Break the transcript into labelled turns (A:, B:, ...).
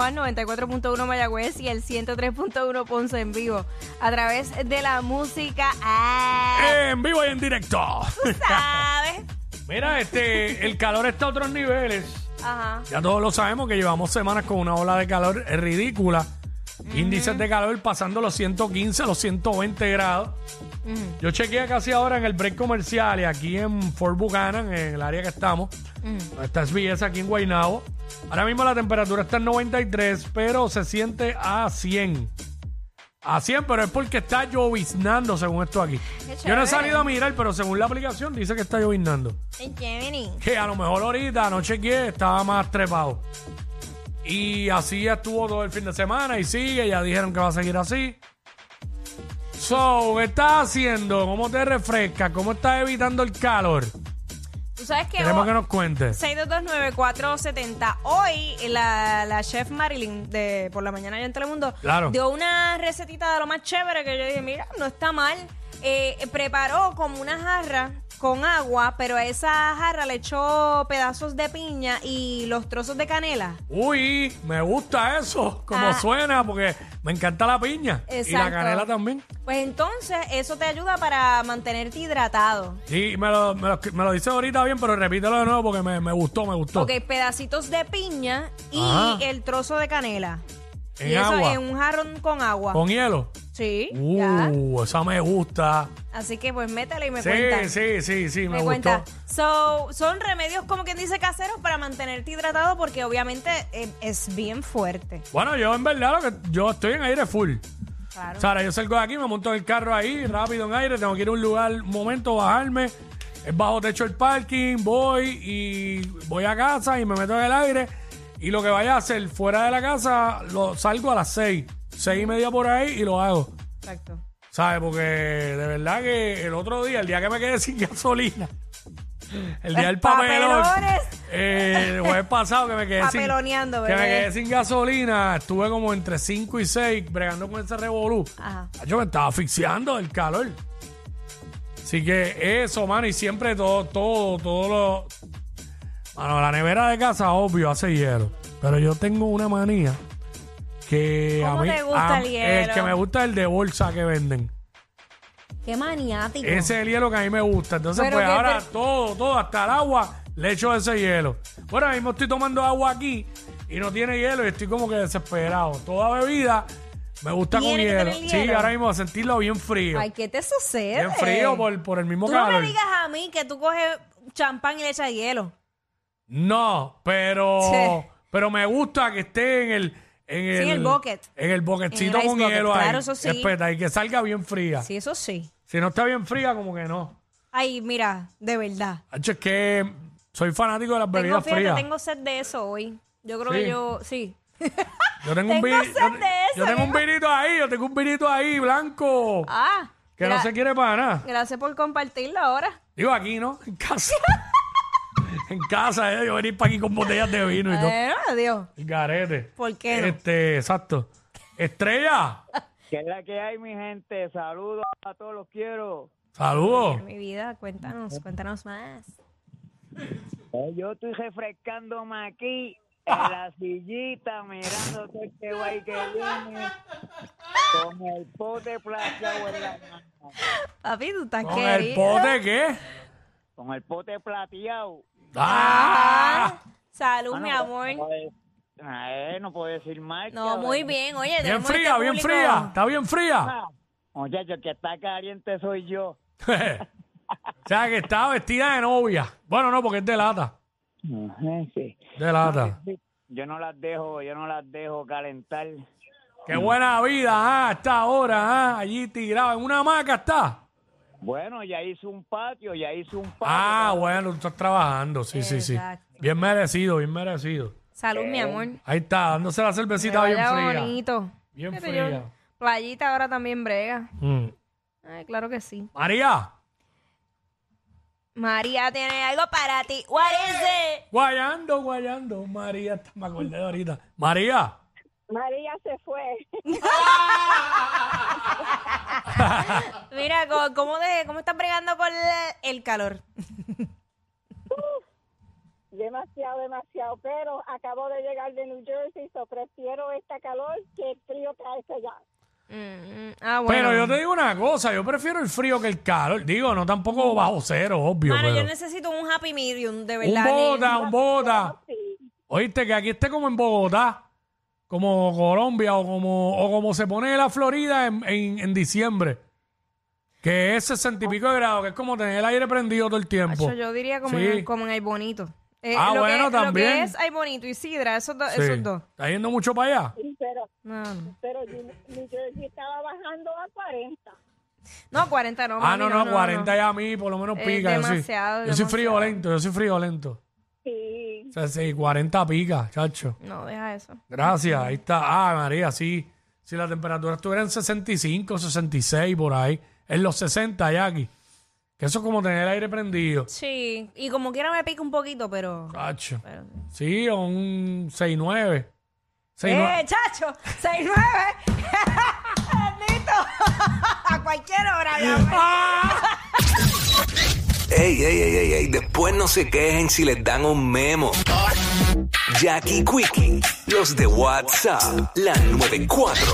A: Juan, 94.1 Mayagüez y el 103.1 Ponce en vivo. A través de la música. Ah,
B: En vivo y en directo.
A: ¿Tú sabes?
B: Mira, este, el calor está a otros niveles.
A: Ajá.
B: Ya todos lo sabemos que llevamos semanas con una ola de calor ridícula. Índices de calor pasando los 115 a los 120 grados. Yo chequeé casi ahora en el break comercial y aquí en Fort Buchanan, en el área que estamos. Esta es SBS aquí en Guaynabo. Ahora mismo la temperatura está en 93, pero se siente a 100. A 100, pero es porque está lloviznando según esto aquí. Yo no
A: chévere.
B: he salido a mirar, pero según la aplicación dice que está lloviznando.
A: En Gemini.
B: Que a lo mejor ahorita, no chequeé, estaba más trepado. Y así estuvo todo el fin de semana y sigue, ya dijeron que va a seguir así. So, ¿qué estás haciendo? ¿Cómo te refrescas? ¿Cómo estás evitando el calor?
A: Tú sabes que.
B: Queremos
A: hoy-
B: que nos cuentes.
A: 6229470. Hoy la, la chef Marilyn de por la mañana allá en Telemundo
B: Claro.
A: dio una recetita de lo más chévere que yo dije, mira, no está mal. Eh, preparó como una jarra con agua, pero a esa jarra le echó pedazos de piña y los trozos de canela.
B: Uy, me gusta eso, como
A: Ah.
B: suena, porque me encanta la piña. Y la
A: Exacto.
B: canela también.
A: Pues entonces eso te ayuda para mantenerte hidratado.
B: Sí, me lo, me lo- me lo dices ahorita bien, pero repítelo de nuevo porque me, me gustó, me gustó.
A: Ok, pedacitos de piña y
B: Ajá.
A: el trozo de canela.
B: Ah. En
A: y eso
B: agua.
A: en un jarrón con agua.
B: Con hielo.
A: Sí. ya.
B: Uh, esa me gusta.
A: Así que pues métele y me
B: sí,
A: cuenta.
B: sí, sí, sí, me,
A: Me
B: gustó.
A: cuenta. So, son remedios como quien dice caseros para mantenerte hidratado porque obviamente eh, es bien fuerte.
B: Bueno, yo en verdad lo que yo estoy en aire full.
A: Claro.
B: O sea, ahora yo salgo de aquí, me monto en el carro ahí, rápido en aire, tengo que ir a un lugar, un momento, bajarme, es bajo techo el parking, voy y voy a casa y me meto en el aire. Y lo que vaya a hacer fuera de la casa, lo salgo a las seis, seis y media por ahí y lo hago.
A: Exacto.
B: ¿Sabes? Porque de verdad que el otro día, el día que me quedé sin gasolina, el día del papelón,
A: Papelones.
B: eh, el jueves pasado que me quedé sin,
A: Papeloneando,
B: que me
A: bebé.
B: quedé sin gasolina, estuve como entre 5 y 6 bregando con ese revolú.
A: Ajá.
B: Yo me estaba asfixiando del calor. Así que eso, mano, y siempre todo, todo, todo lo... Bueno, la nevera de casa, obvio, hace hielo. Pero yo tengo una manía que a
A: ¿Cómo
B: mí...
A: te gusta
B: a-
A: el hielo?
B: que me gusta es el de bolsa que venden.
A: Qué maniático.
B: Ese es el hielo que a mí me gusta. Entonces,
A: Pero
B: pues
A: que-
B: ahora
A: pero-
B: todo, todo, hasta el agua, le echo ese hielo. Bueno, ahora mismo estoy tomando agua aquí y no tiene hielo y estoy como que desesperado. Toda bebida me gusta con
A: Tiene que
B: hielo.
A: tener
B: Sí,
A: hielo.
B: ahora mismo a sentirlo bien frío.
A: Ay, ¿qué te sucede?
B: bien frío por, por el mismo
A: Eh. Tú no
B: calor.
A: me digas a mí que tú coges champán y le echas hielo.
B: No, pero,
A: Sí.
B: pero me gusta que esté en el. En el,
A: en el bucket.
B: En el bucketcito
A: En el ice
B: con
A: bucket,
B: hielo ahí.
A: claro, eso sí.
B: Espeta, y que salga bien fría.
A: Sí, eso sí.
B: Si no está bien fría, como que no.
A: Ay, mira, de verdad.
B: Hacho, es que soy fanático de las
A: Tengo,
B: bebidas
A: fíjate,
B: frías.
A: tengo sed de eso hoy. Yo creo
B: Sí.
A: que yo, sí.
B: Yo tengo, un
A: Tengo
B: vinito.
A: sed
B: Yo,
A: de
B: yo
A: eso,
B: tengo un
A: ¿verdad?
B: vinito ahí, yo tengo un vinito ahí, blanco.
A: Ah.
B: que
A: gra-
B: no se quiere para nada.
A: Gracias por compartirlo ahora.
B: Digo aquí, ¿no? En casa. en casa, eh, yo venir para aquí con botellas de vino y todo.
A: Bueno, adiós.
B: El garete.
A: ¿Por qué no?
B: Este, exacto. Estrella,
C: ¿Qué es la que hay, mi gente? Saludos a todos, los quiero.
B: saludos.
A: Mi vida, cuéntanos, cuéntanos más.
C: Eh, Yo estoy refrescándome aquí en la sillita, mirando todo este guay que viene con el pote plateado en la mano.
A: Papi, tú estás
B: ¿Con el
A: querido.
B: pote qué?
C: Con el pote plateado.
B: ¡Ah!
A: Salud,
C: Ah, no,
A: mi
C: no
A: amor.
C: puedo- eh, no puedo decir más.
A: No, muy bien. Oye,
B: Bien
A: tenemos
B: fría,
A: este
B: bien
A: público-
B: fría. Está bien fría.
C: Muchachos, que está caliente soy yo.
B: o sea, que está vestida de novia. Bueno, no, porque es de lata.
C: Ajá, sí.
B: De lata.
C: Yo no las dejo, yo no las dejo calentar.
B: Qué buena vida, ah, está ahora, ah, allí tirado. En una hamaca está.
C: Bueno, ya hizo un patio, ya hizo un patio.
B: Ah, bueno, tú estás trabajando, sí, sí, sí.
A: Exacto.
B: Bien merecido, bien merecido.
A: Salud, mi amor.
B: Ahí está, dándose la
A: Que
B: cervecita bien
A: vaya
B: fría.
A: bonito.
B: Bien
A: Pero yo-
B: fría.
A: Playita ahora también brega.
B: Mm.
A: Ay, claro que sí.
B: María,
A: María tiene algo para ti. What is it?
B: guayando, guayando. María, hasta me acordé de ahorita. María.
D: María se fue.
A: Mira, co- ¿cómo, de, cómo estás bregando con el- el calor?
D: demasiado, demasiado, pero acabo de llegar de New Jersey, so prefiero esta calor que el frío que hace allá.
A: Mm, mm, ah, bueno.
B: Pero yo te digo una cosa, yo prefiero el frío que el calor. Digo, no tampoco bajo cero, obvio.
A: Mano, yo
B: pero-
A: necesito un happy medium, de
B: un
A: verdad.
B: bota, un bota.
D: Sí,
B: Oíste, que aquí esté como en Bogotá, como Colombia o como, o como se pone la Florida en, en- en diciembre. Que es sesenta y pico de grados, que es como tener el aire prendido todo el
A: Acho,
B: tiempo.
A: yo diría como,
B: Sí.
A: en, el- como en el bonito. Eh,
B: Ah,
A: lo
B: bueno,
A: que, Lo
B: también.
A: que es hay bonito y sidra, esos, dos-
B: Sí.
A: esos dos.
B: ¿Está yendo mucho para allá?
D: sí, pero,
A: No, no.
D: pero New Jersey estaba bajando a 40.
A: No, 40 no.
B: Ah,
A: mami,
B: no, no, 40 ya a mí por lo menos
A: Es
B: pica. yo soy-
A: demasiado,
B: yo soy,
A: demasiado.
B: friolento, yo soy friolento.
D: Sí,
B: O sea, sí, 40 pica, chacho.
A: No, deja eso.
B: Gracias, ahí está. Ah, María, sí. Si la temperatura estuviera en 65, 66, por ahí. En los 60 ya aquí. Que eso es como tener el aire prendido.
A: Sí, y como quiera me pica un poquito, pero...
B: Chacho.
A: pero-
B: Sí, o un
A: ¡Eh,
B: 69. 69.
A: chacho! ¡69! ¡Bendito! A cualquier hora, ya.
B: Ah.
E: Ey, ey, ey, ey, ey, después no se quejen si les dan un memo. Jackie Quickie, los de WhatsApp, la 94.